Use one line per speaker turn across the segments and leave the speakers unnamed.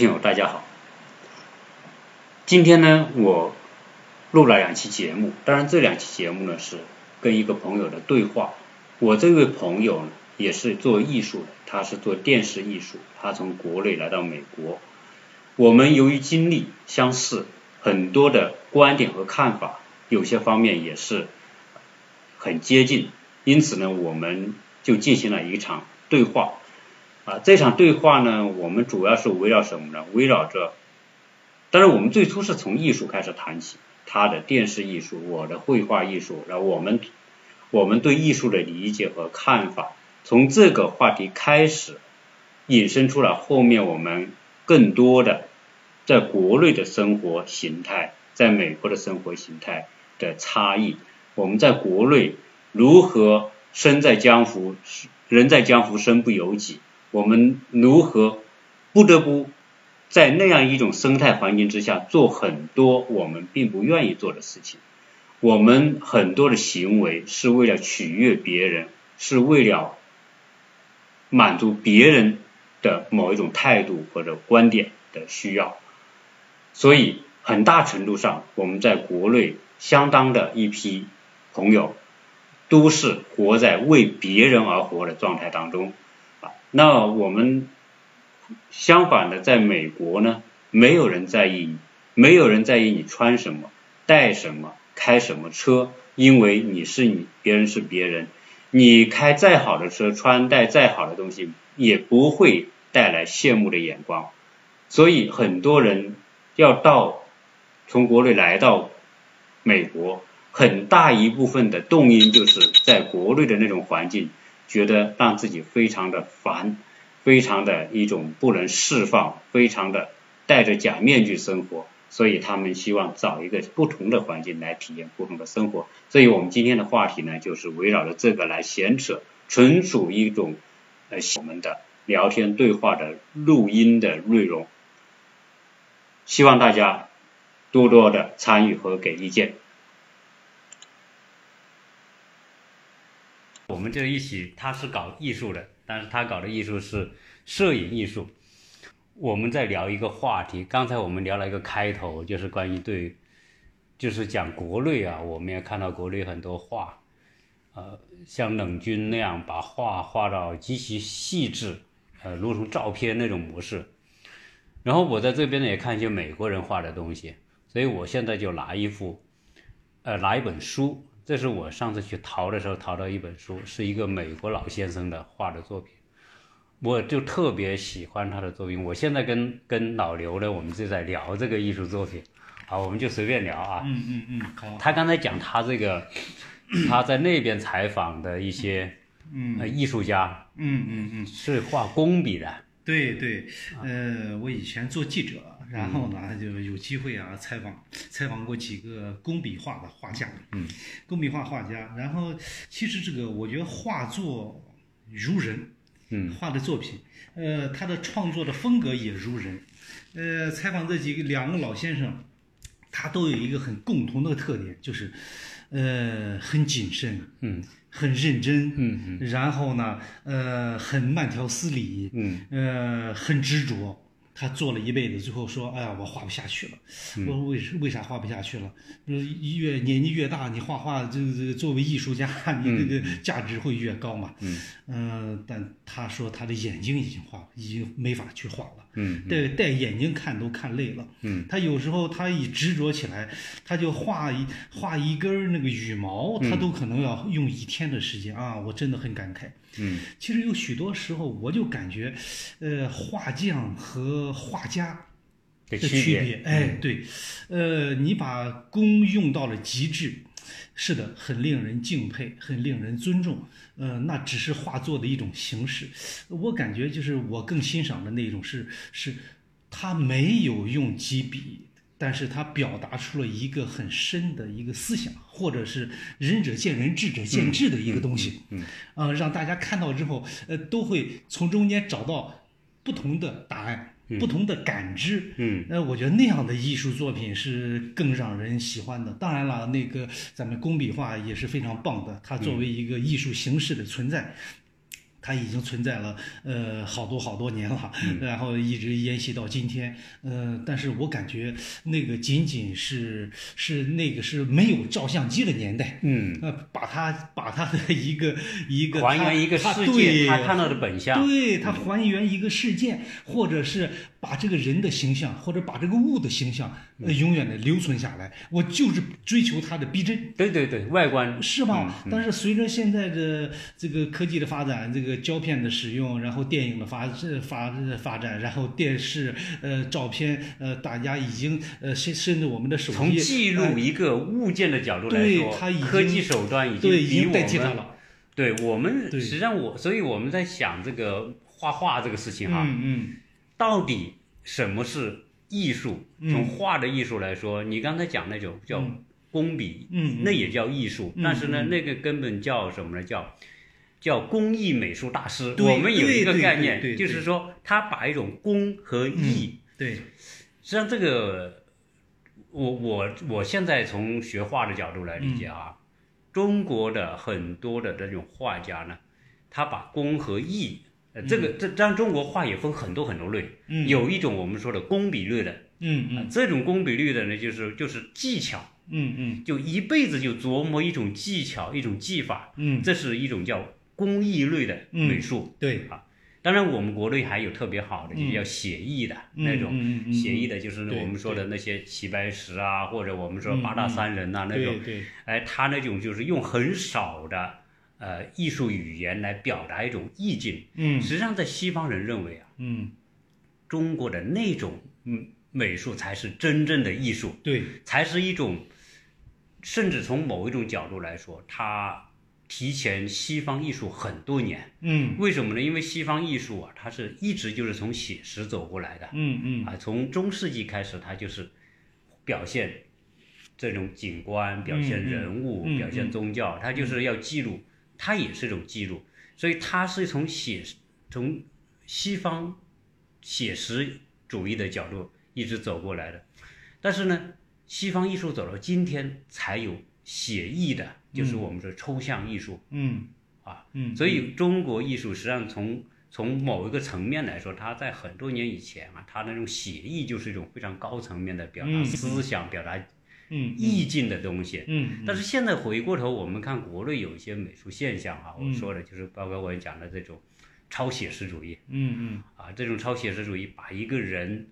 听友大家好，今天呢我录了两期节目，当然这两期节目呢是跟一个朋友的对话。我这位朋友呢也是做艺术的，他是做电视艺术，他从国内来到美国。我们由于经历相似，很多的观点和看法，有些方面也是很接近，因此呢我们就进行了一场对话。啊，这场对话呢，我们主要是围绕什么呢？围绕着，当然我们最初是从艺术开始谈起，他的电视艺术，我的绘画艺术，然后我们我们对艺术的理解和看法，从这个话题开始引申出了后面我们更多的在国内的生活形态，在美国的生活形态的差异，我们在国内如何身在江湖，人在江湖身不由己。我们如何不得不在那样一种生态环境之下做很多我们并不愿意做的事情？我们很多的行为是为了取悦别人，是为了满足别人的某一种态度或者观点的需要。所以，很大程度上，我们在国内相当的一批朋友都是活在为别人而活的状态当中。那我们相反的，在美国呢，没有人在意你，没有人在意你穿什么、戴什么、开什么车，因为你是你，别人是别人。你开再好的车，穿戴再好的东西，也不会带来羡慕的眼光。所以很多人要到从国内来到美国，很大一部分的动因就是在国内的那种环境。觉得让自己非常的烦，非常的一种不能释放，非常的戴着假面具生活，所以他们希望找一个不同的环境来体验不同的生活。所以我们今天的话题呢，就是围绕着这个来闲扯，纯属一种呃我们的聊天对话的录音的内容，希望大家多多的参与和给意见。我们就一起，他是搞艺术的，但是他搞的艺术是摄影艺术。我们在聊一个话题，刚才我们聊了一个开头，就是关于对，就是讲国内啊，我们也看到国内很多画，呃，像冷军那样把画画到极其细致，呃，如同照片那种模式。然后我在这边呢也看一些美国人画的东西，所以我现在就拿一幅，呃，拿一本书。这是我上次去淘的时候淘到一本书，是一个美国老先生的画的作品，我就特别喜欢他的作品。我现在跟跟老刘呢，我们就在聊这个艺术作品，啊，我们就随便聊啊。
嗯嗯嗯，好。
他刚才讲他这 个他在那边采访的一些
嗯、
呃、艺术家，
嗯嗯嗯，
是画工笔的。
对对，呃，我以前做记者，然后呢就有机会啊采访采访过几个工笔画的画家，
嗯，
工笔画画家。然后其实这个我觉得画作如人，
嗯，
画的作品，呃，他的创作的风格也如人。呃，采访这几个两个老先生，他都有一个很共同的特点，就是呃很谨慎，
嗯，
很认真，
嗯嗯，
然后呢，呃，很慢条斯理，
嗯，
呃，很执着。他做了一辈子，最后说：“哎呀，我画不下去了。
嗯
我为为啥画不下去了？就是越年纪越大，你画画这这作为艺术家，你这个价值会越高嘛。
嗯
嗯、但他说他的眼睛已经画，已经没法去画了。
嗯
戴戴眼睛看都看累了。
嗯，
他有时候他一执着起来，他就画一画一根儿那个羽毛，
嗯
他都可能要用一天的时间啊！我真的很感慨。
嗯，
其实有许多时候我就感觉，呃，画匠和画家
的
的
区别嗯
别，哎，对，呃，你把功用到了极致。是的，很令人敬佩，很令人尊重。呃，那只是画作的一种形式。我感觉就是我更欣赏的那种是是，他没有用几笔，但是他表达出了一个很深的一个思想，或者是仁者见仁，智者见智的一个东西。
嗯嗯
呃，让大家看到之后，呃，都会从中间找到不同的答案，不同的感知。
嗯
呃，我觉得那样的艺术作品是更让人喜欢的。当然了，那个咱们工笔画也是非常棒的，它作为一个艺术形式的存在，它已经存在了呃好多好多年了，
嗯
然后一直沿袭到今天。呃，但是我感觉那个仅仅是是那个是没有照相机的年代，
嗯，
呃，把它把它的一个一个
还
它
原一个
它
世
对
界他看到的本相，
对，它还原一个事件，或者是把这个人的形象，或者把这个物的形象，
嗯
呃，永远的留存下来。我就是追求它的逼真，
对对对，外观
是
嗯
吧？但是随着现在的这个科技的发展，这个胶片的使用，然后电影的发是发发展，然后电视呃照片呃，大家已经呃甚甚至我们的手
从
机
记录一个物件的角度来
对
说
它已，经
科技手段已经
对已
比
经
我
代替它
们
了。
对我们，
对
实际上我，所以我们在想这个画画这个事情哈，
嗯嗯，
到底什么是艺术？
嗯
从画的艺术来说，你刚才讲那种叫
嗯
工笔，
嗯嗯
那也叫艺术，
嗯
但是呢，那个根本叫什么呢？叫叫工艺美术大师。
对
我们有一个
对对
概
对
念，
对嗯
就是说他把一种工和艺，
对，
实际上这个，我我我现在从学画的角度来理解
嗯
啊，中国的很多的这种画家呢，他把工和艺，呃，这个这当然中国画也分很多很多类，
嗯
有一种我们说的工笔律的，
嗯
呃
嗯
这种工笔律的呢，就是就是技巧，
嗯嗯
就一辈子就琢磨一种技巧，一种技法，
嗯，
这是一种叫工艺类的
嗯
美术。啊
对，嗯
当然，我们国内还有特别好的，就是叫写意的、那种。
嗯嗯嗯嗯
写意的就是
对嗯
我们说的那些齐白石啊，或者我们说八大山人呐、那
对
种，
对，
哎，他那种就是用很少的呃艺术语言来表达一种意境。
嗯
实际上，在西方人认为啊，
嗯，
中国的那种嗯美术才是真正的艺术，
对，
才是一种，甚至从某一种角度来说，它提前西方艺术很多年。
嗯
为什么呢？因为西方艺术啊，它是一直就是从写实走过来的。
嗯嗯
啊，从中世纪开始，它就是表现这种景观、表现人物、
嗯嗯嗯
表现宗教，它就是要记录，它也是一种记录，所以它是从写从西方写实主义的角度一直走过来的。但是呢，西方艺术走到今天才有写意的，就是我们说抽象艺术。
嗯
啊，
嗯，
所以中国艺术实际上从从某一个层面来说，它在很多年以前啊，它那种写意就是一种非常高层面的表达
嗯
思想、表达
嗯
意境的东西。
嗯
但是现在回过头，我们看国内有一些美术现象啊，
嗯
我说的就是包括我讲的这种超写实主义
嗯
啊，这种超写实主义把一个人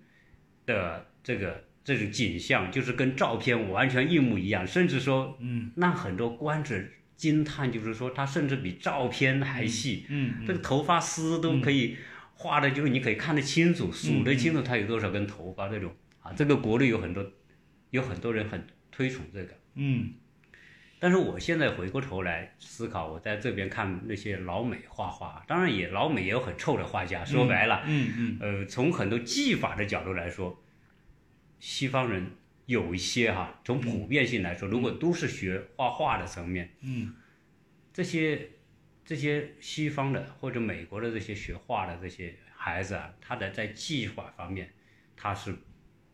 的这个这种景象，就是跟照片完全一模一样，甚至说
嗯
让很多观者惊叹，就是说它甚至比照片还细，
嗯
这个头发丝都可以画的，就是你可以看得清
嗯
楚、数得清楚它有多少根头发这种啊。这个国内有很多有很多人很推崇这个，
嗯
但是我现在回过头来思考，我在这边看那些老美画画，当然也老美也有很臭的画家，说白了，
嗯嗯
呃，从很多技法的角度来说，西方人有一些哈、从普遍性来说，如果都是学画画的层面，
嗯
这些这些西方的或者美国的这些学画的这些孩子啊，他的在技法方面，他是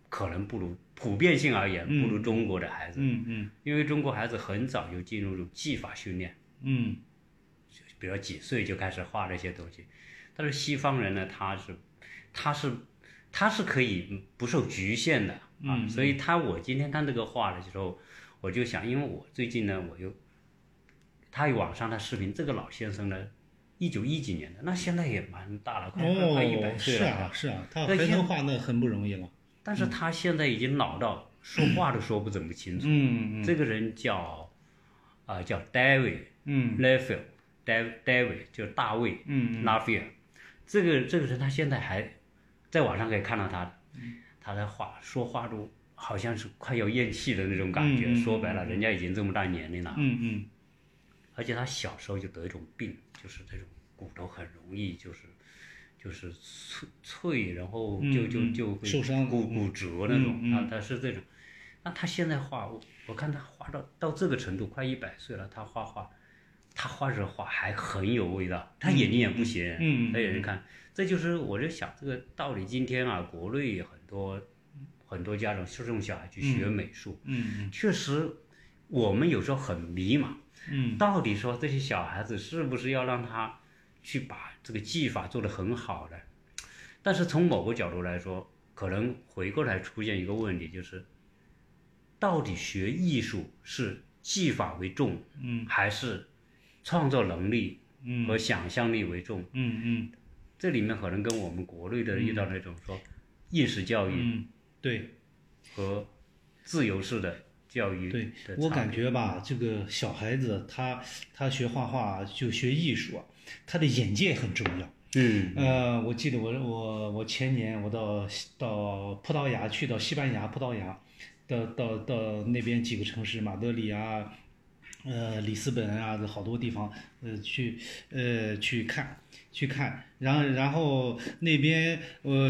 可能不如普遍性而言
嗯
不如中国的孩子，
嗯嗯
因为中国孩子很早就进入这种技法训练，
嗯
比如几岁就开始画这些东西，但是西方人呢，他是他是他是可以不受局限的啊，
嗯
所以他我今天看这个画的时候，我就想，因为我最近呢，我又他有网上的视频，这个老先生呢，一九一几年的，那现在也蛮大了，快快快一百
哦，
岁
是
了
啊嗯
啊，
是啊，他还能画那很不容易了。
但是他现在已经老到说话都说不怎么清楚。
嗯
这个人叫啊、叫 David
嗯
l a f i e l d a v David 就是大卫，
嗯
拉斐尔，这个这个人他现在还在网上可以看到他，
嗯
他的话说话都好像是快要咽气的那种感觉。
嗯嗯嗯
说白了，人家已经这么大年龄了，
嗯嗯
而且他小时候就得一种病，就是这种骨头很容易就是就是脆脆，然后
嗯
就就
嗯
就会
受伤
骨骨折那种、
嗯嗯
啊，他是这种。那他现在画，我我看他画到到这个程度，快一百岁了，他画画，他画着画还很有味道，他眼睛也不行，
嗯嗯嗯
他眼睛看，这就是我就想这个道理。今天啊，国内很多很多家长是送小孩去学美术，
嗯
确实我们有时候很迷茫，
嗯
到底说这些小孩子是不是要让他去把这个技法做得很好的。但是从某个角度来说，可能回过来出现一个问题，就是到底学艺术是技法为重，
嗯
还是创作能力
嗯
和想象力为重？
嗯嗯
这里面可能跟我们国内的遇到那种说应试教育
嗯，对
和自由式的教育
对
的，
我
差
感
别
觉吧，这个小孩子他他学画画就学艺术啊，他的眼界很重要。
嗯
呃，我记得我我我前年我到西到葡萄牙去到西班牙葡萄牙，到到到那边几个城市马德里啊，呃里斯本啊，好多地方呃去呃去看去看，然后然后那边呃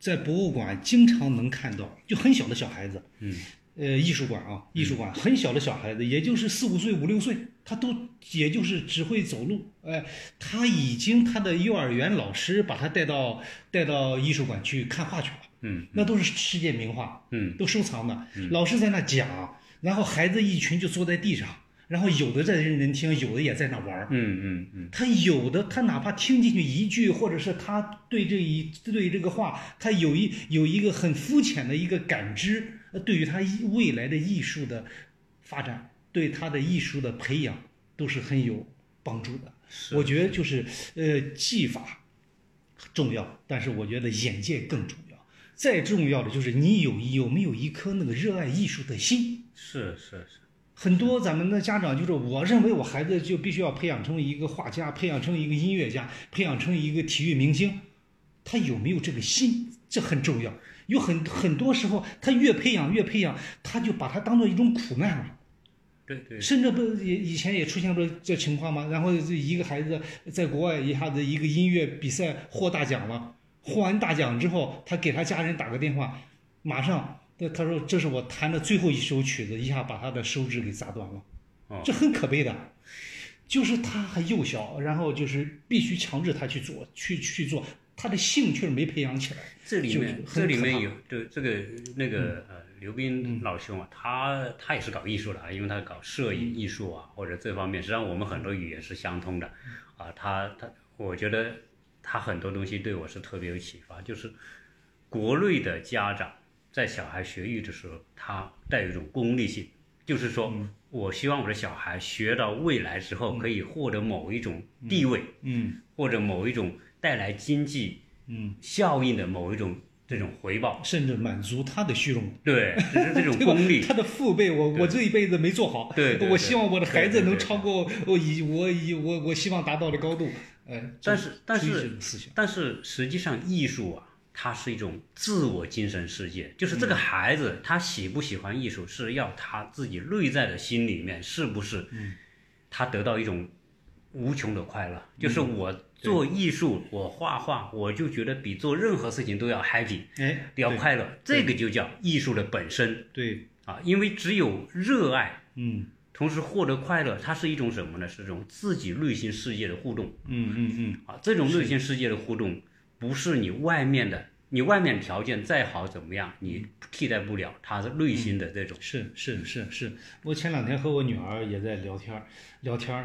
在博物馆经常能看到，就很小的小孩子，
嗯
呃，艺术馆啊，艺术馆很小的小孩子，也就是四五岁、五六岁，他都也就是只会走路。哎，他已经他的幼儿园老师把他带到带到艺术馆去看画去了，
嗯
那都是世界名画，
嗯，
都收藏的。老师在那讲，然后孩子一群就坐在地上，然后有的在认真听，有的也在那玩儿。
嗯嗯嗯
他有的，他哪怕听进去一句，或者是他对这一对这个话，他有一有一个很肤浅的一个感知，呃对于他未来的艺术的发展，对他的艺术的培养都是很有帮助的。我觉得就是呃，技法重要，但是我觉得眼界更重要。再重要的就是你有有没有一颗那个热爱艺术的心。
是是是
很多咱们的家长就是，我认为我孩子就必须要培养成一个画家，培养成一个音乐家，培养成一个体育明星，他有没有这个心，这很重要。有很很多时候，他越培养越培养，他就把它当做一种苦难了。
对对
甚至不也以前也出现过这情况吗？然后这一个孩子在国外一下子一个音乐比赛获大奖了，获完大奖之后，他给他家人打个电话，马上他他说这是我弹的最后一首曲子，一下把他的手指给砸断了
哦，
这很可悲的。就是他还幼小，然后就是必须强制他去做，去去做，他的兴趣没培养起来。
这里面
就很
这里面
可怕嗯
有就这个那个呃刘斌老兄啊，他他也是搞艺术的啊，因为他搞摄
嗯
影艺术啊或者这方面，实际上我们很多语言是相通的
嗯
啊。他他我觉得他很多东西对我是特别有启发，就是国内的家长在小孩学艺的时候，他带有一种功利性，就是说
嗯
我希望我的小孩学到未来之后可以获得某一种地位，
嗯
或者某一种带来经济
嗯，
效应的某一种这种回报，
甚至满足他的虚荣
对，就是这种
对吧
功利，
他的父辈，我
对
我这一辈子没做好，
对对对
我希望我的孩子
对对
能
对
超过我以我以我我希望达到的高度，呃，
但是但
出于这
是
种思想，
但是实际上艺术啊，它是一种自我精神世界，就是这个孩子他喜不喜欢艺术，是要他自己内在的心里面是不是，他得到一种无穷的快乐，就是我做艺术，我画画，我就觉得比做任何事情都要 happy，
哎，
要快乐，这个就叫艺术的本身
对，
啊，因为只有热爱。
嗯
同时获得快乐，它是一种什么呢？是一种自己内心世界的互动
嗯嗯嗯，
啊！这种内心世界的互动，不是你外面的，你外面条件再好怎么样，你替代不了他的内心的这种。
是是是是，我前两天和我女儿也在聊天儿，聊天儿，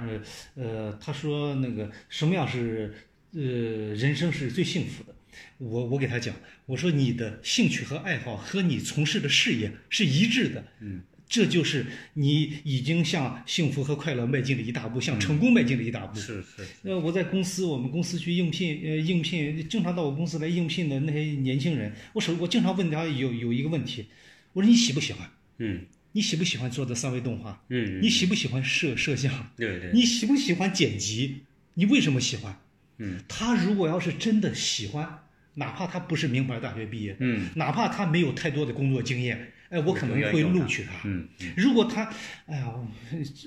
呃呃，她说那个什么样是呃人生是最幸福的。我我给她讲，我说你的兴趣和爱好和你从事的事业是一致的，
嗯，
这就是你已经向幸福和快乐迈进了一大步，向成功迈进了一大步。
是是，
那我在公司，我们公司去应聘，呃，应聘经常到我公司来应聘的那些年轻人，我首我经常问他有有一个问题，我说你喜不喜欢？
嗯
你喜不喜欢做的三维动画？
嗯，
你喜不喜欢摄摄像？
对对，
你喜不喜欢剪辑？你为什么喜欢？
嗯，
他如果要是真的喜欢，哪怕他不是名牌大学毕业，
嗯
哪怕他没有太多的工作经验，哎，我可能会录取他。
嗯，
如果他，哎呀，我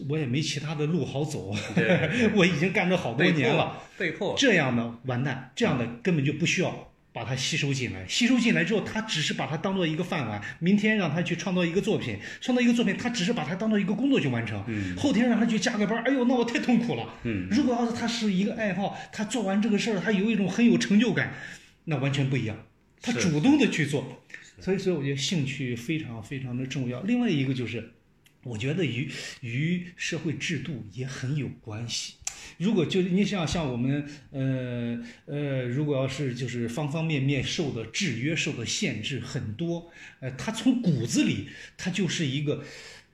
我也没其他的路好走啊
对，
我已经干了好多
被
年了，
迫被迫，
这样的完蛋，这样的根本就不需要把它吸收进来。吸收进来之后，他只是把它当做一个饭碗，明天让他去创造一个作品，创造一个作品，他只是把它当做一个工作去完成。
嗯
后天让他去加个班，哎呦，那我太痛苦了。
嗯
如果要是他是一个爱好，他做完这个事儿，他有一种很有成就感，那完全不一样。他
是
主动的去做，所以说我觉得兴趣非常非常的重要。另外一个就是我觉得与与社会制度也很有关系。如果就是你想像我们呃呃，如果要是就是方方面面受的制约、受的限制很多，呃，它从骨子里它就是一个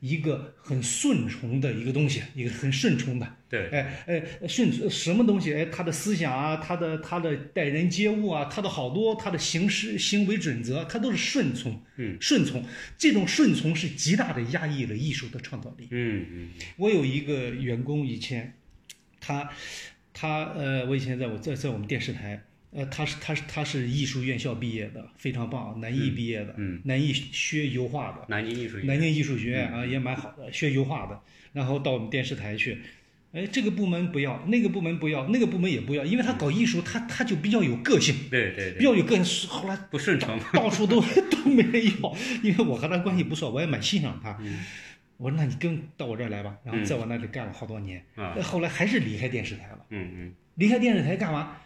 一个很顺从的一个东西，一个很顺从的。
对，
哎哎，顺什么东西？哎，他的思想啊，他的他的待人接物啊，他的好多他的行事行为准则，他都是顺从。
嗯，
顺从这种顺从是极大的压抑了艺术的创造力。
嗯嗯
我有一个员工，以前他他呃，我以前在我在在我们电视台，呃，他是他是他是艺术院校毕业的，非常棒，南艺毕业的，
嗯
南艺学油画的，
南京艺术
南
院，
京艺术学
嗯
院啊，也蛮好的，学油画的，然后到我们电视台去。哎，这个部门不要，那个部门不要，那个部门也不要，因为他搞艺术，他他就比较有个性，
对对
比
对，
较有个性。后来
不顺从，
到 处都都没人要，因为我和他关系不错，我也蛮欣赏他。
嗯
我说那你跟到我这儿来吧，然后在我那里干了好多年，
啊
后来还是离开电视台了。
嗯嗯，
离开电视台干嘛？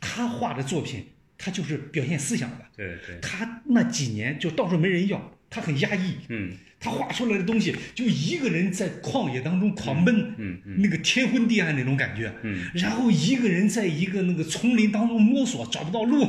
他画的作品，他就是表现思想的。
对对，
他那几年就到处没人要，他很压抑。
嗯
他画出来的东西，就一个人在旷野当中狂奔，
嗯嗯
那个天昏地暗那种感觉。
嗯
然后一个人在一个那个丛林当中摸索，找不到路，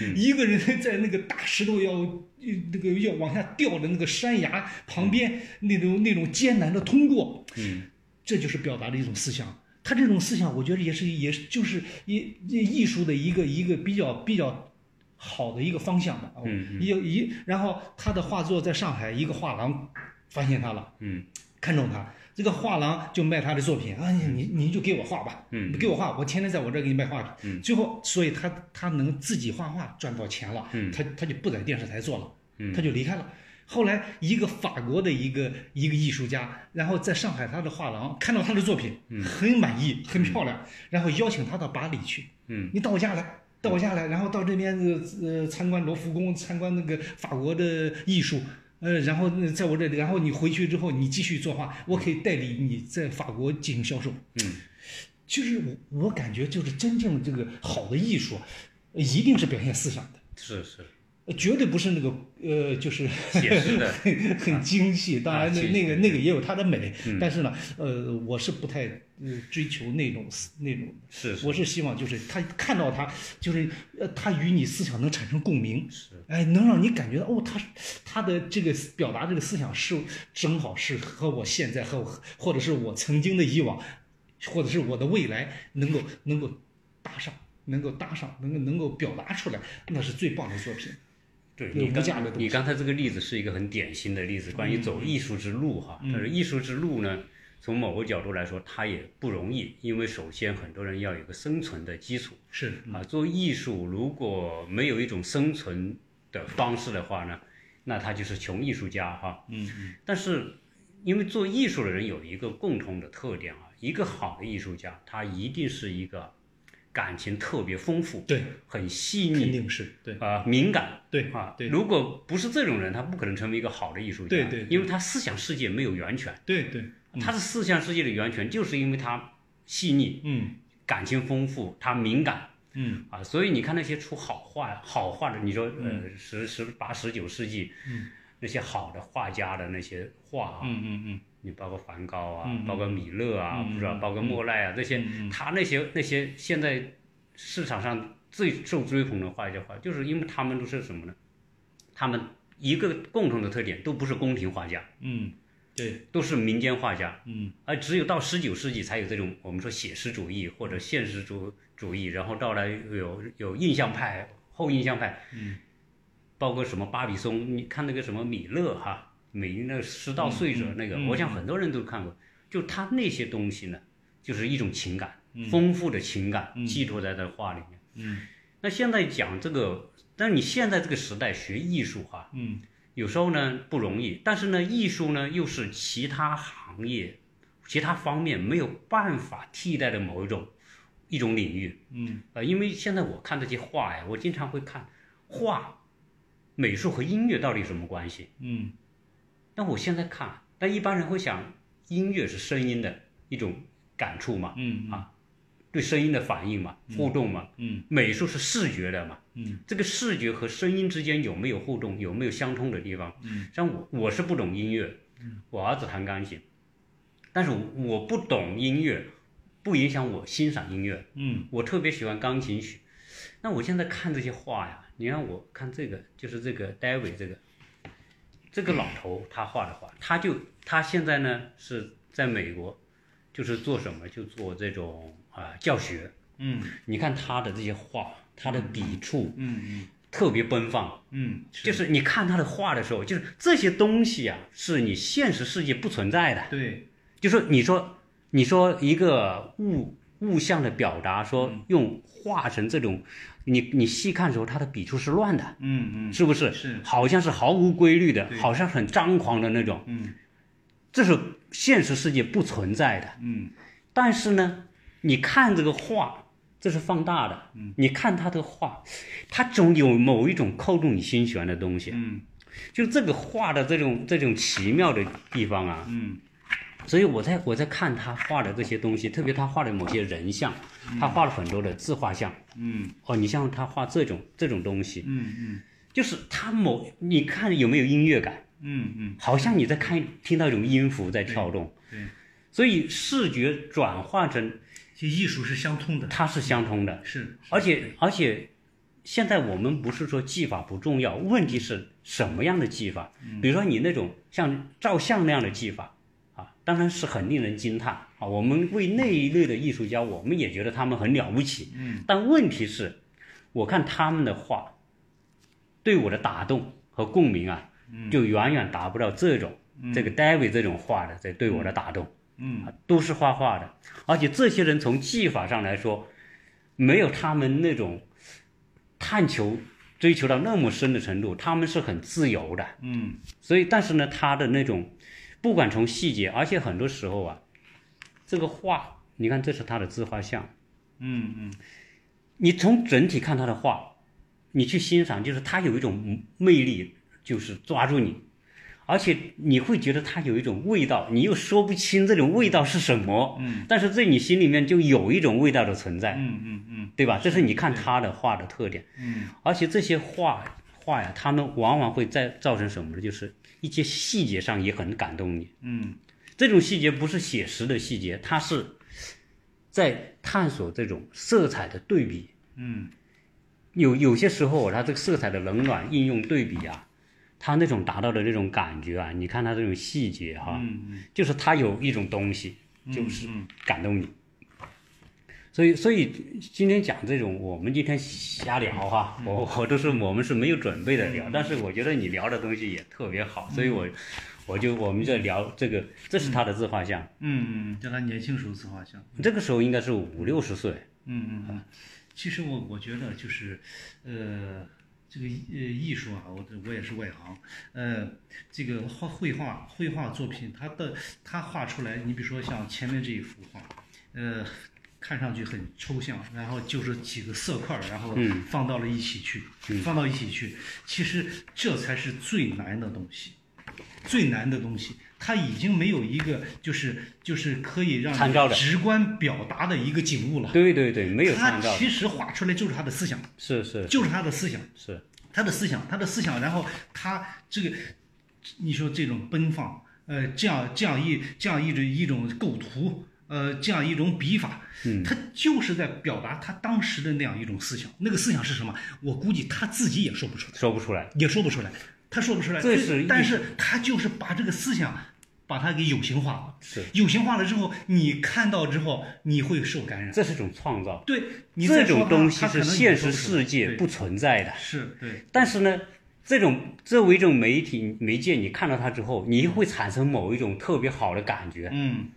嗯
一个人在那个大石头要呃那个要往下掉的那个山崖旁边、那种那种艰难的通过，
嗯
这就是表达的一种思想。他这种思想，我觉得也是也是就是也也艺术的一个一个比较比较好的一个方向吧。啊
嗯嗯
一一然后他的画作在上海一个画廊发现他了。
嗯
看中他，这个画廊就卖他的作品啊，你你你就给我画吧，
嗯
你给我画，我天天在我这儿给你卖画。
嗯
最后，所以他他能自己画画赚到钱了，
嗯
他他就不在电视台做了，
嗯
他就离开了。后来，一个法国的一个一个艺术家，然后在上海他的画廊看到他的作品，
嗯
很满意，很漂亮，然后邀请他到巴黎去，
嗯
你到我家来，到我家来，然后到这边呃呃参观罗浮宫，参观那个法国的艺术，呃，然后呃在我这里，然后你回去之后你继续作画，我可以代理你在法国进行销售。
嗯，
就是我我感觉就是真正这个好的艺术啊，呃一定是表现思想的。
是是
呃绝对不是那个呃，就是
写实的
很很精细。当然，那
啊
那个
精细
那个也有它的美，
嗯
但是呢，呃，我是不太呃追求那种那种
是是
我是希望就是他看到他，就是呃，他与你思想能产生共鸣，
是，
哎，能让你感觉到哦，他他的这个表达这个思想是正好是和我现在和我或者是我曾经的以往，或者是我的未来能够能够搭上，能够搭上，能够能够表达出来，那是最棒的作品。
对
有
你
无
刚
价的东
你
西嗯
刚才这个例子是一个很典型的例子，关于走艺术之路哈。但是艺术之路呢，从某个角度来说，它也不容易，因为首先很多人要有一个生存的基础
是，
啊。做艺术如果没有一种生存的方式的话呢，那他就是穷艺术家哈。
嗯
但是，因为做艺术的人有一个共同的特点啊，一个好的艺术家，他一定是一个感情特别丰富，
对，
很细
肯
腻
定是对
啊、敏感。
对
啊，
对
如果不是这种人，他不可能成为一个好的艺术家，
对对对嗯
因为他思想世界没有源泉，
对对，
他的思想世界的源泉就是因为他细腻、
嗯
感情丰富，他敏感
嗯
啊，所以你看那些出好画、好画的，你说呃十十八十九世纪，
嗯
那些好的画家的那些画啊，
嗯嗯
你包括梵高啊，
嗯嗯
包括米勒啊，
嗯嗯
不知道，包括莫奈啊，这些，
嗯嗯
他那些那些现在市场上最受追捧的画家画，就是因为他们都是什么呢？他们一个共同的特点都不是宫廷画家，
嗯，对，
都是民间画家，
嗯
而只有到十九世纪才有这种我们说写实主义或者现实主主义，然后到来有有印象派、后印象派，
嗯，
包括什么巴比松，你看那个什么米勒哈，米勒《十道碎者
嗯》嗯
那个，
嗯
我想很多人都看过，就他那些东西呢，就是一种情感，
嗯
丰富的情感
嗯
寄托在这画里面。
嗯
那现在讲这个，但是你现在这个时代学艺术哈、
嗯
有时候呢不容易，但是呢，艺术呢又是其他行业、其他方面没有办法替代的某一种一种领域。
嗯
呃，因为现在我看这些画呀，我经常会看画、美术和音乐到底有什么关系？
嗯
那我现在看，但一般人会想，音乐是声音的一种感触嘛，
嗯
对声音的反应嘛，互动嘛。
嗯
美术是视觉的嘛，
嗯，
这个视觉和声音之间有没有互动，有没有相通的地方？
嗯，
像我我是不懂音乐，我儿子弹钢琴，但是我我不懂音乐，不影响我欣赏音乐。
嗯
我特别喜欢钢琴曲。那我现在看这些画呀，你让我看这个，就是这个 David 这个，这个老头他画的画，他就他现在呢是在美国，就是做什么就做这种啊、教学。
嗯
你看他的这些画，他的笔触
嗯
特别奔放，
嗯，
就是你看他的画的时候，就是这些东西啊，是你现实世界不存在的。
对，
就是你说，你说一个物物象的表达，说用画成这种，你你细看的时候，它的笔触是乱的，
嗯嗯
是不是？
是
好像是毫无规律的
对，
好像很张狂的那种，
嗯
这是现实世界不存在的。
嗯
但是呢，你看这个画，这是放大的，你看他的画，他总有某一种扣动你心弦的东西，
嗯
就这个画的这种这种奇妙的地方啊，
嗯
所以我在我在看他画的这些东西，特别他画的某些人像，他画了很多的自画像。
嗯
哦，你像他画这种这种东西，
嗯
就是他某你看有没有音乐感，
嗯嗯，
好像你在看听到一种音符在跳动。
对，
所以视觉转化成
其实艺术是相通的，
它是相通的，
是，
而且而且现在我们不是说技法不重要，问题是什么样的技法？
嗯
比如说你那种像照相那样的技法啊，当然是很令人惊叹啊。我们为那一类的艺术家，我们也觉得他们很了不起。
嗯，
但问题是，我看他们的画，对我的打动和共鸣啊，
嗯
就远远达不到这种、这个 David 这种画的这对我的打动。
嗯
啊都是画画的，而且这些人从技法上来说，没有他们那种探求、追求到那么深的程度，他们是很自由的。
嗯
所以，但是呢，他的那种，不管从细节，而且很多时候啊，这个画，你看这是他的自画像，
嗯嗯，
你从整体看他的画，你去欣赏，就是他有一种魅力，就是抓住你，而且你会觉得他有一种味道，你又说不清这种味道是什么，
嗯，
但是在你心里面就有一种味道的存在，
嗯嗯嗯
对吧？这是你看他的画的特点，
嗯
而且这些画画呀，他们往往会在造成什么呢？就是一些细节上也很感动你，
嗯
这种细节不是写实的细节，它是在探索这种色彩的对比。
嗯
有有些时候，它这个色彩的冷暖应用对比啊，它那种达到的那种感觉啊，你看它这种细节哈、
嗯
就是它有一种东西，
嗯，
就是
嗯
感动你。所以，所以今天讲这种，我们今天瞎聊哈，
嗯
我我都是我们是没有准备的聊，但是我觉得你聊的东西也特别好，所以我
嗯
我就我们在聊这个，这是他的自画像，
嗯嗯，叫他年轻时候自画像。
这个时候应该是五六十岁，
嗯嗯嗯，其实我我觉得就是，呃，这个艺呃艺术啊，我我也是外行，呃，这个画绘画绘画作品，它的它画出来，你比如说像前面这一幅画，呃，看上去很抽象，然后就是几个色块儿，然后
嗯
放到了一起去，放到一起去，其实这才是最难的东西。最难的东西，它已经没有一个就是就是可以让你
参照的
直观表达的一个景物了。
对对对，没有参照
他，其实画出来就是他的思想，
是是
就是他的思想，
是，
他的思想，他的思想，然后他这个，你说这种奔放，呃，这样这样一这样一种一种构图，呃，这样一种笔法，
嗯
他就是在表达他当时的那样一种思想。那个思想是什么？我估计他自己也说不出来，
说不出来，
也说不出来，他说不出来。
这是
但
艺术
是他就是把这个思想，把它给有形化了。
是，
有形化了之后，你看到之后，你会受感染。
这是种创造。
对，你再
这
说
种
他
东西
他可
是
能也
现实
说不出来
世界
对
不存在的。
是对，
但是呢，这种作为一种媒体媒介，你看到它之后，你会产生某一种特别好的感觉，
嗯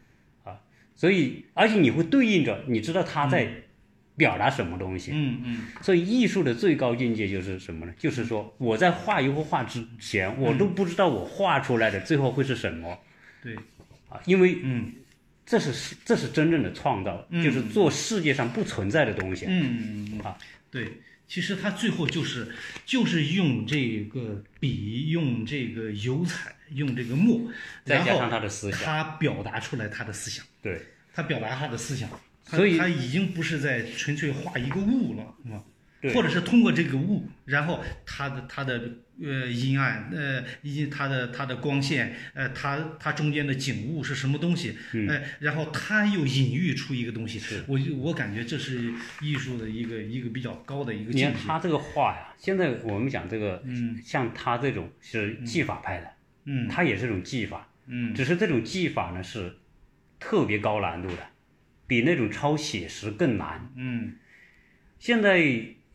所以而且你会对应着，你知道他在表达什么东西。
嗯嗯
所以艺术的最高境界就是什么呢？就是说我在画一幅画之前，我
嗯
都不知道我画出来的最后会是什么
对，
啊，因为
嗯
这是这是真正的创造，
嗯
就是做世界上不存在的东西。
嗯
啊，
对。其实他最后就是就是用这个笔，用这个油彩，用这个墨，
再
然
加
后
上他的思想
他表达出来他的思想，
对，
他表达他的思想，他
所以
他已经不是在纯粹画一个物了，是吧？
对
或者是通过这个物，然后它的它的呃阴暗呃以及它的它的光线呃它它中间的景物是什么东西，
嗯
呃，然后它又隐喻出一个东西，我就我感觉这是艺术的一个一个比较高的一个
你
境
看
界，
他这个画呀，现在我们讲这个，
嗯
像他这种是技法派的，
嗯
他也是种技法，
嗯
只是这种技法呢是特别高难度的，比那种超写实更难。
嗯
现在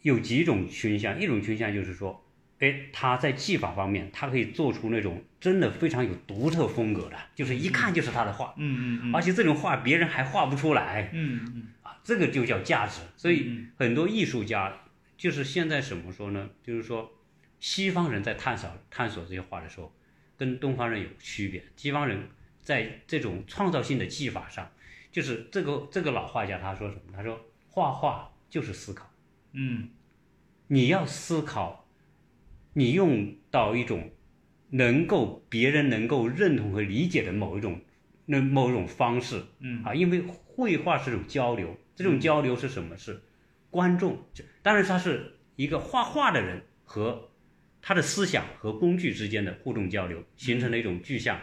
有几种倾向，一种倾向就是说，哎，他在技法方面，他可以做出那种真的非常有独特风格的，就是一看就是他的画，
嗯嗯
而且这种画别人还画不出来
嗯嗯
啊，这个就叫价值。所以
嗯
很多艺术家就是现在怎么说呢？就是说，西方人在探索探索这些画的时候，跟东方人有区别。西方人在这种创造性的技法上，就是这个这个老画家他说什么？他说画画就是思考。
嗯
你要思考，你用到一种能够别人能够认同和理解的某一种那某种方式，
嗯
啊，因为绘画是一种交流，这种交流是什么？是观众，当然他是一个画画的人和他的思想和工具之间的互动交流，形成了一种具象。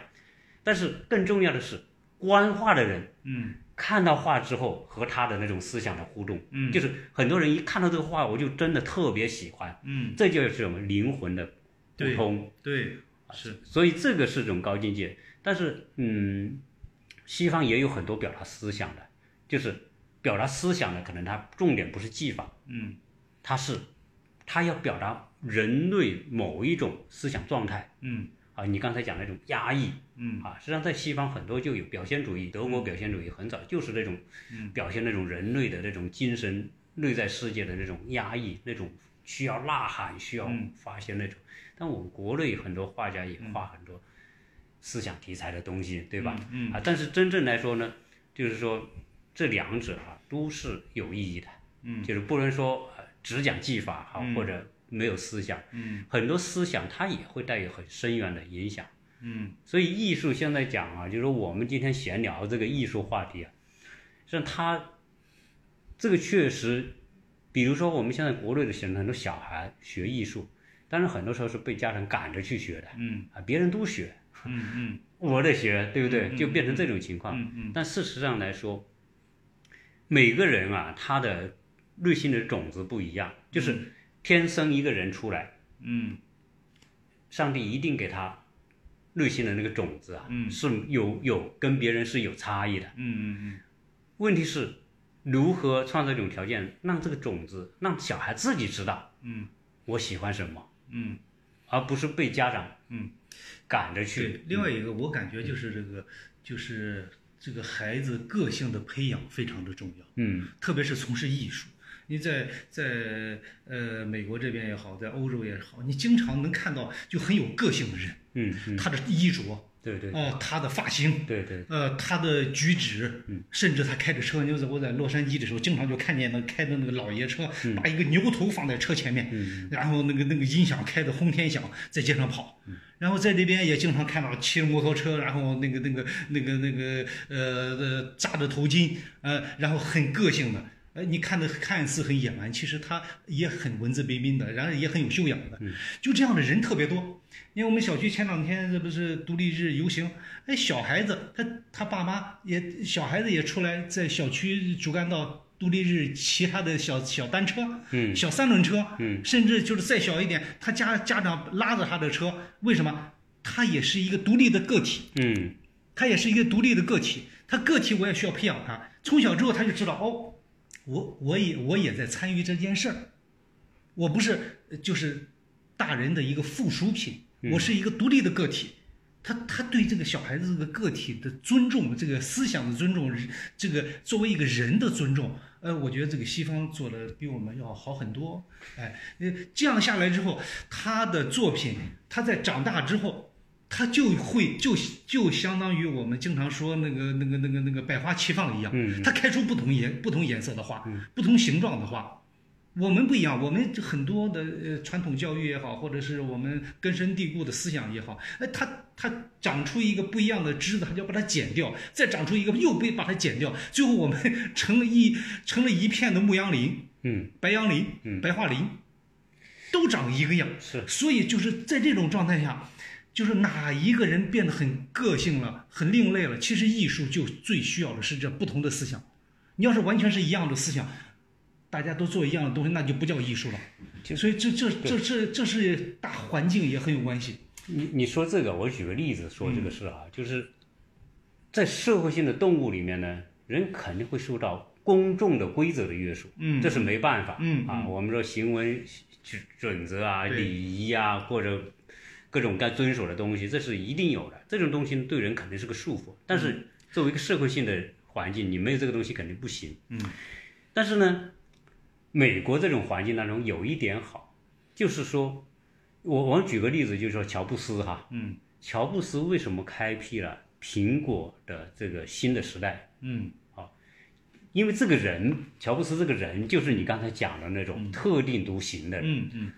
但是更重要的是，观画的人
嗯
看到画之后和他的那种思想的互动，
嗯
就是很多人一看到这个画，我就真的特别喜欢，
嗯，
这就是我们灵魂的互
对
通，
对是
所以这个是种高境界。但是，嗯，西方也有很多表达思想的，就是表达思想的，可能它重点不是技法，
嗯
它是它要表达人类某一种思想状态
嗯
啊。你刚才讲那种压抑，
嗯
啊，实际上在西方很多就有表现主义，德国表现主义很早就是那种
嗯
表现那种人类的那种精神内在世界的那种压抑，那种需要呐喊、需要
嗯
发泄那种。但我们国内很多画家也画很多思想题材的东西，对吧？
嗯嗯
啊，但是真正来说呢，就是说这两者啊都是有意义的，
嗯
就是不能说呃只讲技法啊，
嗯
或者没有思想。
嗯
很多思想它也会带有很深远的影响。
嗯
所以艺术现在讲啊，就是我们今天闲聊这个艺术话题啊，像它这个确实，比如说我们现在国内的现很多小孩学艺术，但是很多时候是被家长赶着去学的
嗯
啊，别人都学，
嗯嗯
我得学，对不
嗯
对？
嗯
就变成这种情况。
嗯嗯
但事实上来说，每个人啊，他的内心的种子不一样，就是天生一个人出来，
嗯
上帝一定给他内心的那个种子啊，
嗯
是有有跟别人是有差异的。
嗯
问题是如何创造一种条件，让这个种子让小孩自己知道
嗯
我喜欢什么，
嗯
而不是被家长
嗯
赶着
对
去。，
另外一个我感觉就是这个就是这个孩子个性的培养非常的重要。
嗯
特别是从事艺术。你在在呃美国这边也好，在欧洲也好，你经常能看到就很有个性的人，
嗯嗯，
他的衣着，
对对
呃，他的发型，
对对，
呃，他的举止，甚至他开着车，就是我在洛杉矶的时候，经常就看见那开的那个老爷车，把一个牛头放在车前面，然后那个那个音响开的轰天响，在街上跑。然后在这边也经常看到骑着摩托车，然后那个那个那个那个呃呃扎着头巾，呃，然后很个性的。呃，你看的看似很野蛮，其实他也很文质彬彬的，然后也很有修养的。就这样的人特别多。因为我们小区前两天这不是独立日游行，哎，小孩子他他爸妈也小孩子也出来在小区主干道独立日骑他的小小单车，
嗯
小三轮车，
嗯
甚至就是再小一点，他家家长拉着他的车，为什么？他也是一个独立的个体，
嗯
他也是一个独立的个体，他个体我也需要培养他。从小之后他就知道哦，我我也我也在参与这件事儿，我不是呃就是大人的一个附属品，我是一个独立的个体。他他对这个小孩子这个个体的尊重，这个思想的尊重，人这个作为一个人的尊重，呃，我觉得这个西方做的比我们要好很多。哎，呃这样下来之后，他的作品，他在长大之后，他就会就就相当于我们经常说那个那个那个那个百花齐放一样，
嗯
他开出不同颜不同颜色的花，不同形状的花。我们不一样，我们就很多的呃传统教育也好，或者是我们根深蒂固的思想也好，哎，它它长出一个不一样的枝子，它就要把它剪掉，再长出一个又被把它剪掉，最后我们成了一成了一片的牧羊林。
嗯，
白杨林、
嗯
白桦林，都长一个样。
是
所以就是在这种状态下，就是哪一个人变得很个性了、很另类了，其实艺术就最需要的是这不同的思想。你要是完全是一样的思想，大家都做一样的东西，那就不叫艺术了。所以这这这这这是大环境也很有关系。
你你说这个，我举个例子说这个事
嗯
啊，就是在社会性的动物里面呢，人肯定会受到公众的规则的约束，
嗯
这是没办法，
嗯
啊，我们说行为准准则啊、
对
礼仪啊，或者各种该遵守的东西，这是一定有的。这种东西对人肯定是个束缚，但
嗯
是作为一个社会性的环境，你没有这个东西肯定不行。
嗯，
但是呢，美国这种环境当中有一点好，就是说，我我举个例子，就是说乔布斯哈，
嗯
乔布斯为什么开辟了苹果的这个新的时代？
嗯
因为这个人，乔布斯这个人就是你刚才讲的那种特立独行的人。
嗯嗯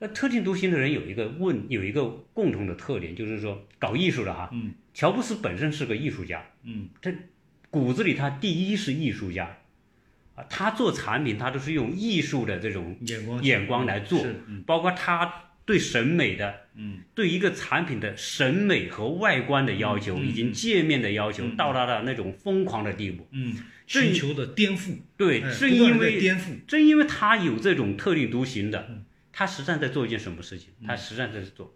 那特立独行的人有一个问，有一个共同的特点，就是说搞艺术的哈，
嗯
乔布斯本身是个艺术家，
嗯
骨子里他第一是艺术家，啊，他做产品他都是用艺术的这种
嗯，眼光
眼光嗯来做
是，
包括他对审美的
嗯
对一个产品的审美和外观的要求，
嗯嗯
以及界面的要求，
嗯嗯
到达了那种疯狂的地步。
嗯，
这
寻求的颠覆，
对，
哎
正
不断
因
地在
为
颠覆，
正因为他有这种特立独行的，他实际上在做一件什么事情？他实际上在做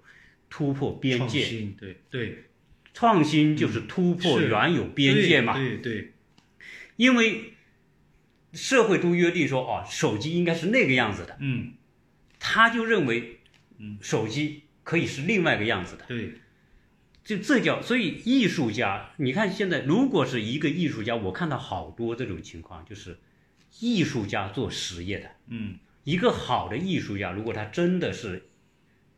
突破边
创
界，
新，对对，
创新就是突破
是
原有边界嘛。
对对
因为社会都约定说，哦，手机应该是那个样子的，
嗯
他就认为，手机可以是另外一个样子的。
对，
就这叫，所以艺术家，你看现在如果是一个艺术家，我看到好多这种情况，就是艺术家做实业的，
嗯
一个好的艺术家，如果他真的是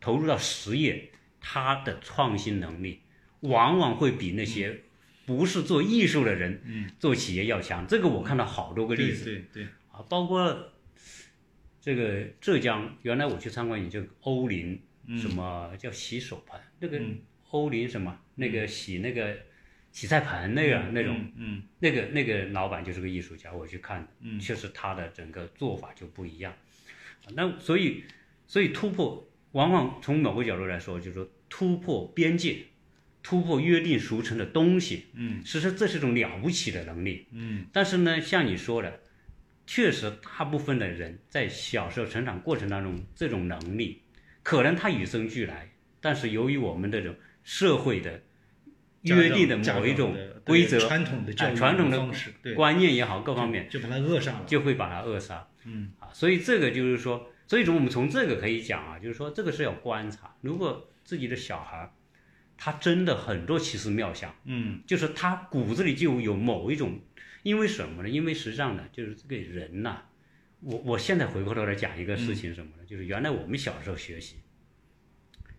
投入到实业，他的创新能力往往会比那些不是做艺术的人、
嗯
做企业要强。这个我看到好多个
对
例子
对对，
啊，包括这个浙江，原来我去参观你这个欧林什么叫洗手盆，那个
嗯
欧林什么那个洗那个洗菜盆那个那种
嗯嗯
那个那个老板就是个艺术家，我去看
嗯，
确实他的整个做法就不一样。啊那所以所以突破，往往从某个角度来说，就是说突破边界，突破约定俗成的东西，
嗯
其实这是一种了不起的能力。
嗯
但是呢，像你说的，确实大部分的人在小时候成长过程当中，这种能力可能他与生俱来，但是由于我们这种社会的呃约定的某一种规则、
传统的教育
哎传统的
方式，对，
观念也好，各方面
就把它扼杀了。
就会把它扼杀。
嗯
啊，所以这个就是说，所以从我们从这个可以讲啊，就是说这个是要观察，如果自己的小孩儿他真的很多奇思妙想。
嗯
就是他骨子里就有某一种，因为什么呢？因为实际上呢，就是这个人呐、我我现在回过头来讲一个事情什么呢？就是原来我们小时候学习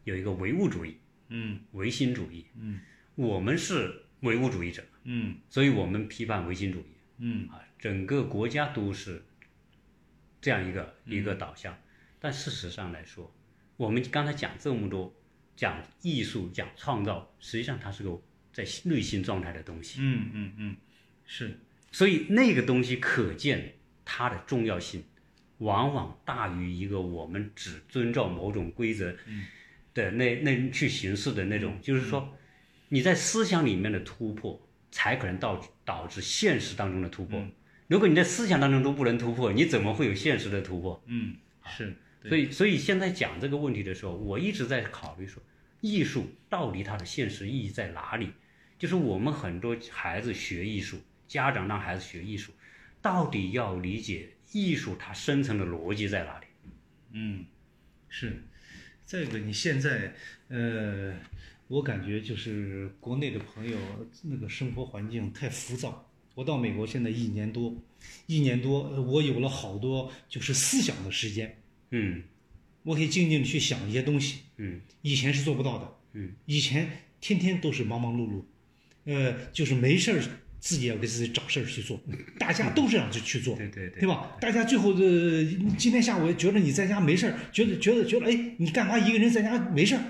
有一个唯物主义、
嗯
唯心主义，
嗯，
我们是唯物主义者，
嗯
所以我们批判唯心主义
嗯
啊，整个国家都是这样一个一个导向。但事实上来说，我们刚才讲这么多，讲艺术、讲创造，实际上它是个在内心状态的东西。
嗯嗯嗯，是
所以那个东西可见它的重要性，往往大于一个我们只遵照某种规则的那那去行事的那种，就是说你在思想里面的突破，才可能导导致现实当中的突破。如果你在思想当中都不能突破，你怎么会有现实的突破？
嗯是，
所以，所以现在讲这个问题的时候，我一直在考虑说，艺术到底它的现实意义在哪里？就是我们很多孩子学艺术，家长让孩子学艺术，到底要理解艺术它深层的逻辑在哪里？
嗯是。再一个，你现在呃，我感觉就是国内的朋友那个生活环境太浮躁。我到美国现在一年多，一年多，呃我有了好多就是思想的时间，
嗯
我可以静静地去想一些东西。
嗯
以前是做不到的。
嗯，
以前天天都是忙忙碌碌，呃，就是没事儿自己要给自己找事儿去做，大家都这样去去做，
嗯对对对
对吧？大家最后的、呃今天下午也觉得你在家没事儿，觉得觉得觉得哎，你干嘛一个
嗯
人 在家没事儿？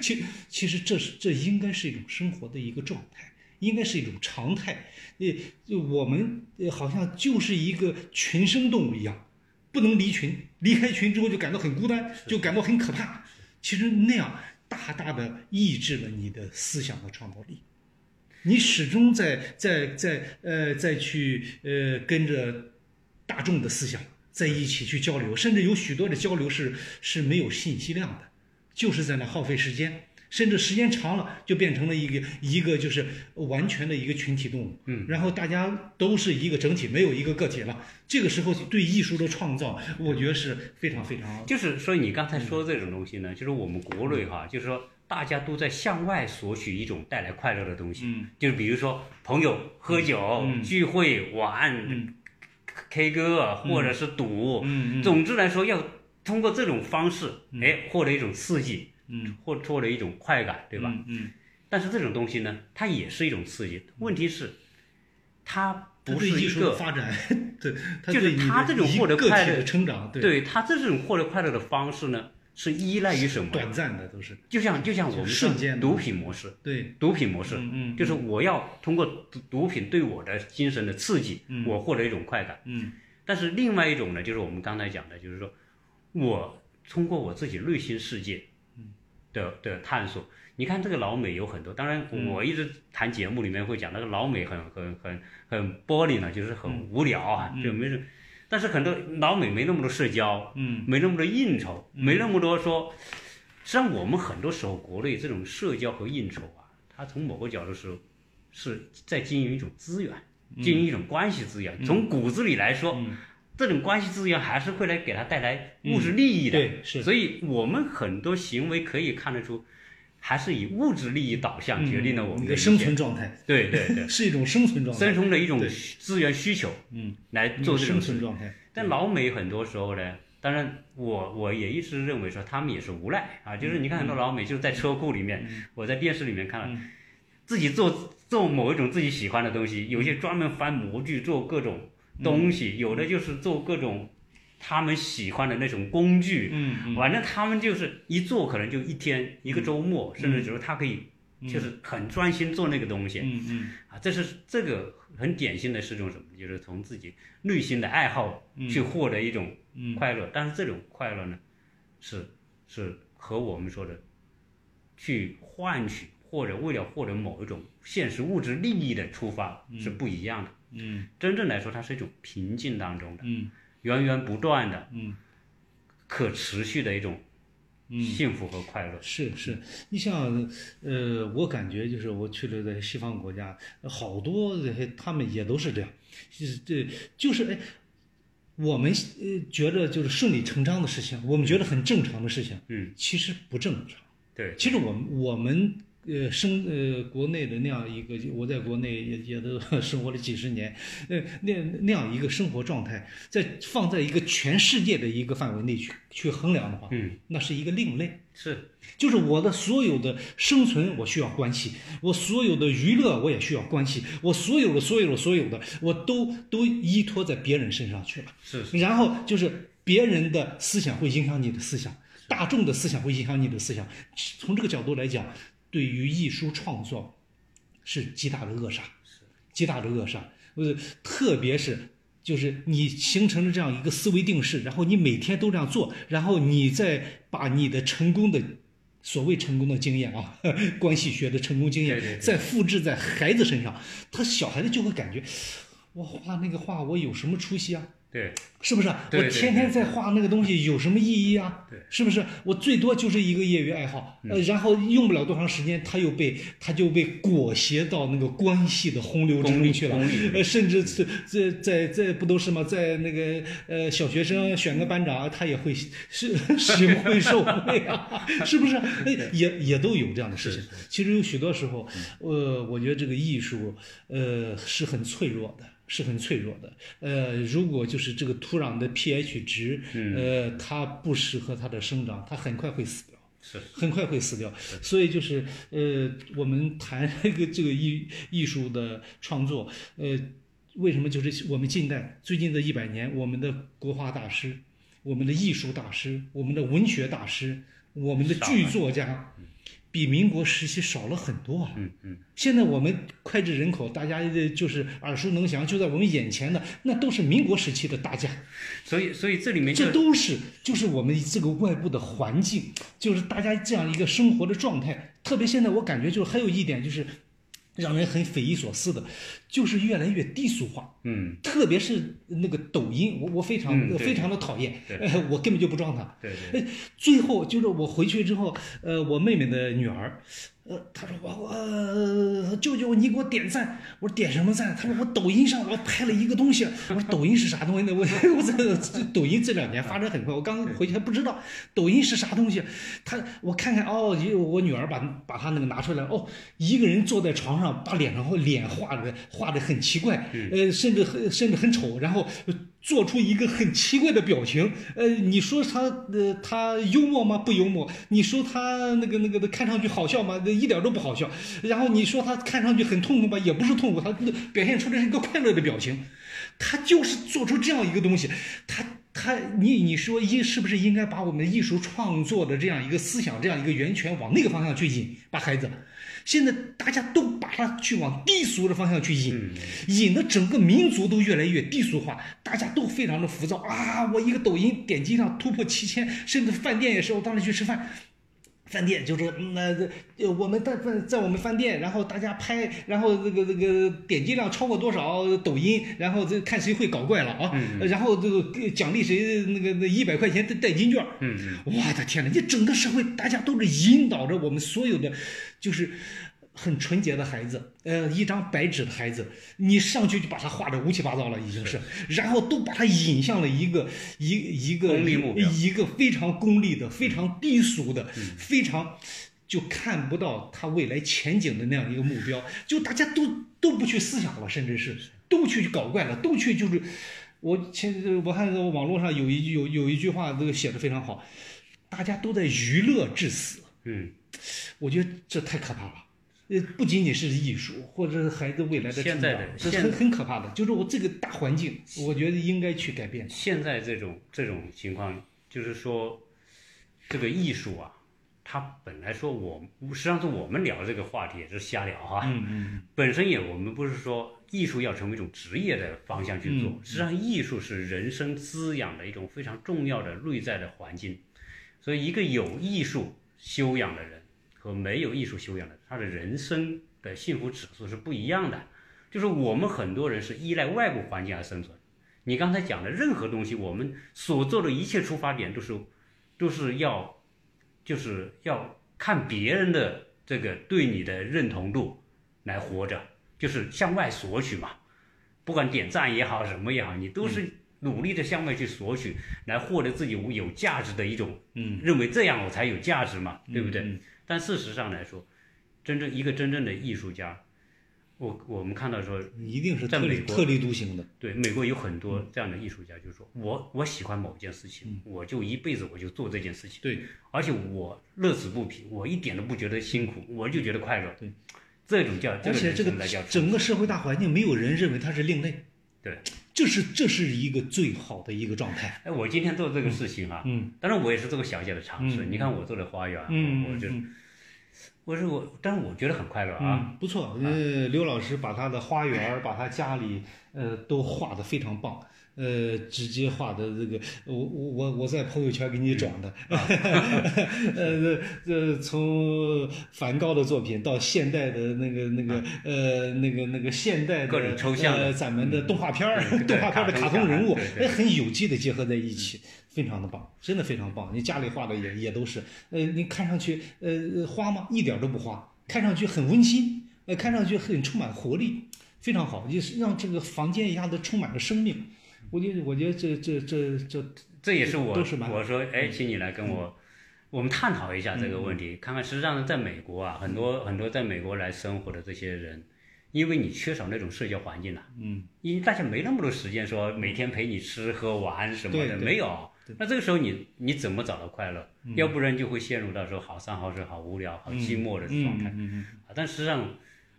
其其实这是这应该是一种生活的一个状态。应该是一种常态。呃，就我们呃好像就是一个群生动物一样，不能离群，离开群之后就感到很孤单，就感到很可怕。其实那样大大的抑制了你的思想和创造力。你始终在在在呃再去呃跟着大众的思想在一起去交流，甚至有许多的交流是是没有信息量的，就是在那耗费时间，甚至时间长了就变成了一个一个就是完全的一个群体动物，嗯，然后大家都是一个整体，没有一个个体了。这个时候对艺术的创造，我觉得是非常非常
就是说你刚才说的这种东西呢，就是我们国内
嗯
哈，就是说大家都在向外索取一种带来快乐的东西，
嗯
就是比如说朋友喝酒、
嗯
聚会、玩、
嗯
K 歌，或者是赌，
嗯嗯
总之来说要通过这种方式，哎，获得一种刺激，
嗯
或获得一种快感，对吧？
嗯，
但是这种东西呢，它也是一种刺激。问题是，它
它
不
对
是
艺
一
术的
个
发展， 对，它
就是
对你
它这
的
种
一
获得
个
快
体
乐
的成长，对，
对它这种获得快乐的方式呢，是依赖于什么？
短暂的都是
就像就像我们说
瞬间的
毒品模式，
对，
毒品模式，
嗯嗯
就是我要通过毒毒品对我的精神的刺激，
嗯
我获得一种快感。
嗯
但是另外一种呢，就是我们刚才讲的，就是说我通过我自己内心世界的的探索。你看这个老美有很多，当然我一直谈节目里面会讲那个老美很很很很 boring 啊，就是很无聊啊，就没什。但是很多老美没那么多社交，
嗯
没那么多应酬，没那么多说。实际上，我们很多时候国内这种社交和应酬啊，它从某个角度是是在经营一种资源，
嗯
经营一种关系资源。从骨子里来说，这种关系资源还是会来给他带来物质利益的。
嗯对是
所以我们很多行为可以看得出，还是以物质利益导向决定了我们
嗯你的
一
生
切
存状态，
对对对，
是一种生存 状态，
生存的一种
对
资源需求，
嗯，
来做
你
这
生
种事
存
情。
状态，
但老美很多时候呢，当然我我也一直认为说他们也是无赖啊，就是你看很多老美就是在车库里面，我在电视里面看到，自己做做某一种自己喜欢的东西，有些专门翻模具做各种东西，有的就是做各种他们喜欢的那种工具，
嗯
反正他们就是一做可能就一天一个周末，甚至就是他可以就是很专心做那个东西，
嗯嗯
啊，这是这个很典型的是种什么？就是从自己内心的爱好
嗯
去获得一种快乐，但是这种快乐呢，是是和我们说的去换取或者为了获得某一种现实物质利益的出发是不一样的。
嗯
真正来说，它是一种平静当中的、
嗯
源源不断的、
嗯
可持续的一种幸福和快乐。
是是，你像呃，我感觉就是我去了在西方国家，好多的他们也都是这样，就是这就是哎。我们呃觉得就是顺理成章的事情，我们觉得很正常的事情，
嗯，
其实不正常。
对，
其实我们我们呃生呃国内的那样一个，我在国内也也都生活了几十年， 呃那那样一个生活状态，在放在一个全世界的一个范围内去去衡量的话，
嗯，
那是一个另类。
是
就是我的所有的生存，我需要关系；我所有的娱乐，我也需要关系；我所有的、所有的、所有的，我都都依托在别人身上去了。
是是，
然后就是别人的思想会影响你的思想，大众的思想会影响你的思想。从这个角度来讲，对于艺术创作是极大的扼杀，极大的扼杀。呃，特别是就是你形成了这样一个思维定式，然后你每天都这样做，然后你再把你的成功的。所谓成功的经验啊， 关系学的成功经
对
验，
对对
再复制在孩子身上，他小孩子就会感觉，我画那个画，我有什么出息啊？
对
是不是？
对
我
对
天天在画那个东西有什么意义啊？
对嗯
是不是？我最多就是一个业余爱好，呃，然后用不了多长时间，他又被他就被裹挟到那个关系的洪流之
功利
中去了
功利，
呃，甚至是这在在不都是吗？在那个呃小学生选个班长，他也会是使会受贿啊， 是不是？哎，也也都有这样的事情。其实有许多时候，
嗯
呃，我觉得这个艺术，呃，是很脆弱的。是很脆弱的。呃，如果就是这个土壤的 pH 值，
嗯
呃，它不适合它的生长，它很快会死掉。
是
很快会死掉，所以就是呃，我们谈这个这个艺艺术的创作，呃，为什么就是我们近代最近这一百年，我们的国画大师、我们的艺术大师、我们的文学大师、我们的剧作家，比民国时期少了很多啊。
嗯嗯，
现在我们脍炙人口，大家呃就是耳熟能详，就在我们眼前的，那都是民国时期的大家，
所以所以这里面就
这都是就是我们这个外部的环境，就是大家这样一个生活的状态。特别现在我感觉就是还有一点就是，让人很匪夷所思的，就是越来越低俗化。
嗯
特别是那个抖音，我我非常、呃
嗯对
非常的讨厌，
对
呃， 我根本就不撞它。
对对
哎， 最后就是我回去之后，呃，我妹妹的女儿，呃，她说我我、呃、舅舅你给我点赞，我说点什么赞？她说我抖音上我拍了一个东西，我说抖音是啥东西呢？我 我这这抖音这两年发展很快，我刚回去还不知道抖音是啥东西。她我看看哦，也有我女儿把把她那个拿出来哦，一个人坐在床上把脸上脸画的画的很奇怪，呃，甚至很甚至很丑，然后。做出一个很奇怪的表情，呃，你说他呃他幽默吗？不幽默。你说他那个那个的看上去好笑吗？呃一点都不好笑。然后你说他看上去很痛苦吧，也不是痛苦，他表现出的是一个快乐的表情。他就是做出这样一个东西，他他你你说应是不是应该把我们艺术创作的这样一个思想这样一个源泉往那个方向去引，把孩子。现在大家都把它去往低俗的方向去引，引的整个民族都越来越低俗化，大家都非常的浮躁啊！我一个抖音点击量突破七千，甚至饭店也是，我当时去吃饭。饭店就说，嗯那、这呃我们在饭在我们饭店，然后大家拍，然后这个这个点击量超过多少抖音，然后这看谁会搞怪了啊，然后这个呃奖励谁那个那一百块钱代代金券，
嗯嗯
我的天呐，这整个社会大家都是引导着我们所有的，就是很纯洁的孩子，呃，一张白纸的孩子，你上去就把他画的乌七八糟了，已经是，然后都把他引向了一个一一个
功利目标嗯
一个非常功利的、非常低俗的、非常。就看不到他未来前景的那样一个目标，就大家都都不去思想了，甚至是都去搞怪了，都去就是，我前我看网络上有一句有有一句话，这个写的非常好，大家都在娱乐致死，
嗯，
我觉得这太可怕了。呃，不仅仅是艺术，或者是孩子未来的
现
成
在
长
的，
这
现
很很可怕的。就是我这个大环境，我觉得应该去改变。
现在这种这种情况，就是说这个艺术啊，它本来说我实际上是我们聊这个话题也是瞎聊啊哈、
嗯嗯
本身也，我们不是说艺术要成为一种职业的方向去做，
嗯
实际上艺术是人生滋养的一种非常重要的内在的环境。所以，一个有艺术修养的人和没有艺术修养的人，他的人生的幸福指数是不一样的。就是我们很多人是依赖外部环境而生存。你刚才讲的任何东西，我们所做的一切出发点都是都是要就是要看别人的这个对你的认同度来活着，就是向外索取嘛。不管点赞也好，什么也好，你都
嗯
是努力的向外去索取，来获得自己无有价值的一种，
嗯，
认为这样我才有价值嘛，对不对？
嗯
但事实上来说，真正一个真正的艺术家，我我们看到说，
嗯，一定是
在
特
美
立
国
特立独行的。
对，美国有很
嗯
多这样的艺术家，就是说我我喜欢某件事情，我就一辈子我就做这件事情，
对，
而且我乐此不疲，我一点都不觉得辛苦，我就觉得快乐。
对，
这种叫这
而
个
且
人
这个
生来叫
整个社会大环境，没有人认为他是另类。
对，
这是这是一个最好的一个状态。
哎，我今天做这个事情啊，
嗯，
当然我也是做个小小的尝试。
嗯
你看我做的花园，啊
嗯，
我就
嗯
我说我，但是我觉得很快乐啊。
嗯，不错。呃，刘老师把他的花园儿、把他家里，呃，都画的非常棒。呃，直接画的这个，我我我我在朋友圈给你转的。
嗯啊
呃，这从梵高的作品到现代的那个那个呃那个那个现代的
各种啊抽象的
呃，咱们的动画片儿、
嗯对
动画片儿的
卡
卡
通
通人物
卡通对，对
哎，很有机的结合在一起，非常的棒，真的非常棒。你家里画的也也都是，呃，你看上去呃呃花吗？一点儿都不花，看上去很温馨，呃，看上去很充满活力，非常好，就是让这个房间一下子充满了生命。我觉得，我觉得这这这这，
这也是我
都是蛮嗯
我说，哎，请你来跟我，我们探讨一下这个问题，看看实际上在美国啊，很
嗯
多很多在美国来生活的这些人，因为你缺少那种社交环境了、
嗯，
因为大家没那么多时间说每天陪你吃喝玩什么的，
对对嗯
没有。那这个时候你你怎么找到快乐？要不然就会陷入到说好山好水好无聊好寂寞的状态。
嗯
啊，但实际上，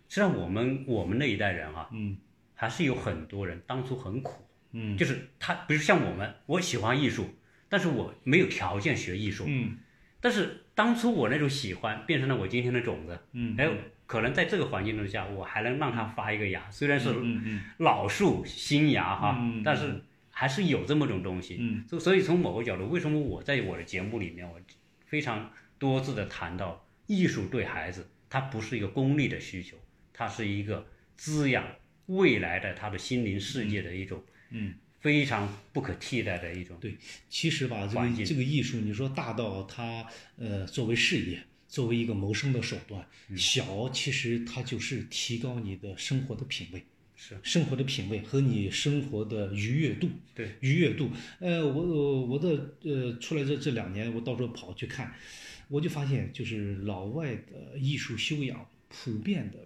实际上我们我们那一代人啊，
嗯
还是有很多人当初很苦，
嗯
就是他，比如像我们，我喜欢艺术，但是我没有条件学艺术，
嗯
但是当初我那种喜欢变成了我今天的种子，
嗯，
哎，可能在这个环境之下，我还能让它发一个芽，虽然是
嗯嗯
老树新芽哈，
嗯
但是还是有这么种东西。
嗯
所所以从某个角度，为什么我在我的节目里面，我非常多次的谈到艺术对孩子，它不是一个功利的需求，它是一个滋养未来的他的心灵世界的一种
嗯，
非常不可替代的一种。
对，其实吧，这
环境
个这个艺术，你说大到它呃作为事业，作为一个谋生的手段，
嗯
小其实它就是提高你的生活的品味。
是
生活的品味和你生活的愉悦度，
对
愉悦度。呃，我我我的呃，出来这这两年，我到处跑去看，我就发现，就是老外的艺术修养普遍的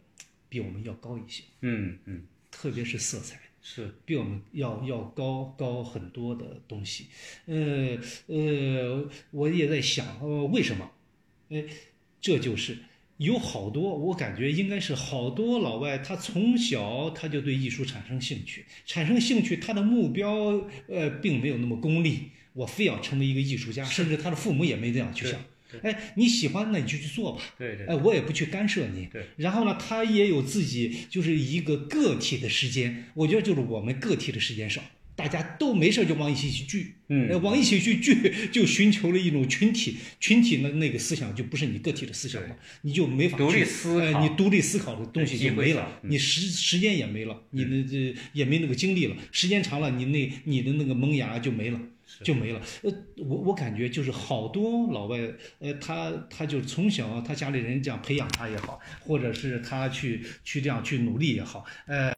比我们要高一些，
嗯嗯，
特别是色彩。
是
比我们要要高高很多的东西，呃呃，我也在想，呃，为什么？哎，这就是有好多，我感觉应该是好多老外，他从小他就对艺术产生兴趣，产生兴趣，他的目标呃并没有那么功利，我非要成为一个艺术家，甚至他的父母也没这样去想。哎，你喜欢那你就去做吧，
对对
哎，我也不去干涉你。
对，
然后呢，他也有自己就是一个个体的时间，我觉得就是我们个体的时间少，大家都没事儿就往一起去聚，
嗯
呃，往一起去聚， 就寻求了一种群体，群体的那个思想就不是你个体的思想了，你就没法
独立
去
思
哎
考
你独立思考的东西
对
就
机会
没
少嗯
了，你时时间也没了，你的这也没那个精力了，时间长了，你那你的那个萌芽就没了。就没了。呃，我我感觉就是好多老外，呃，他他就是从小他家里人这样培养他也好，或者是他去去这样去努力也好，呃，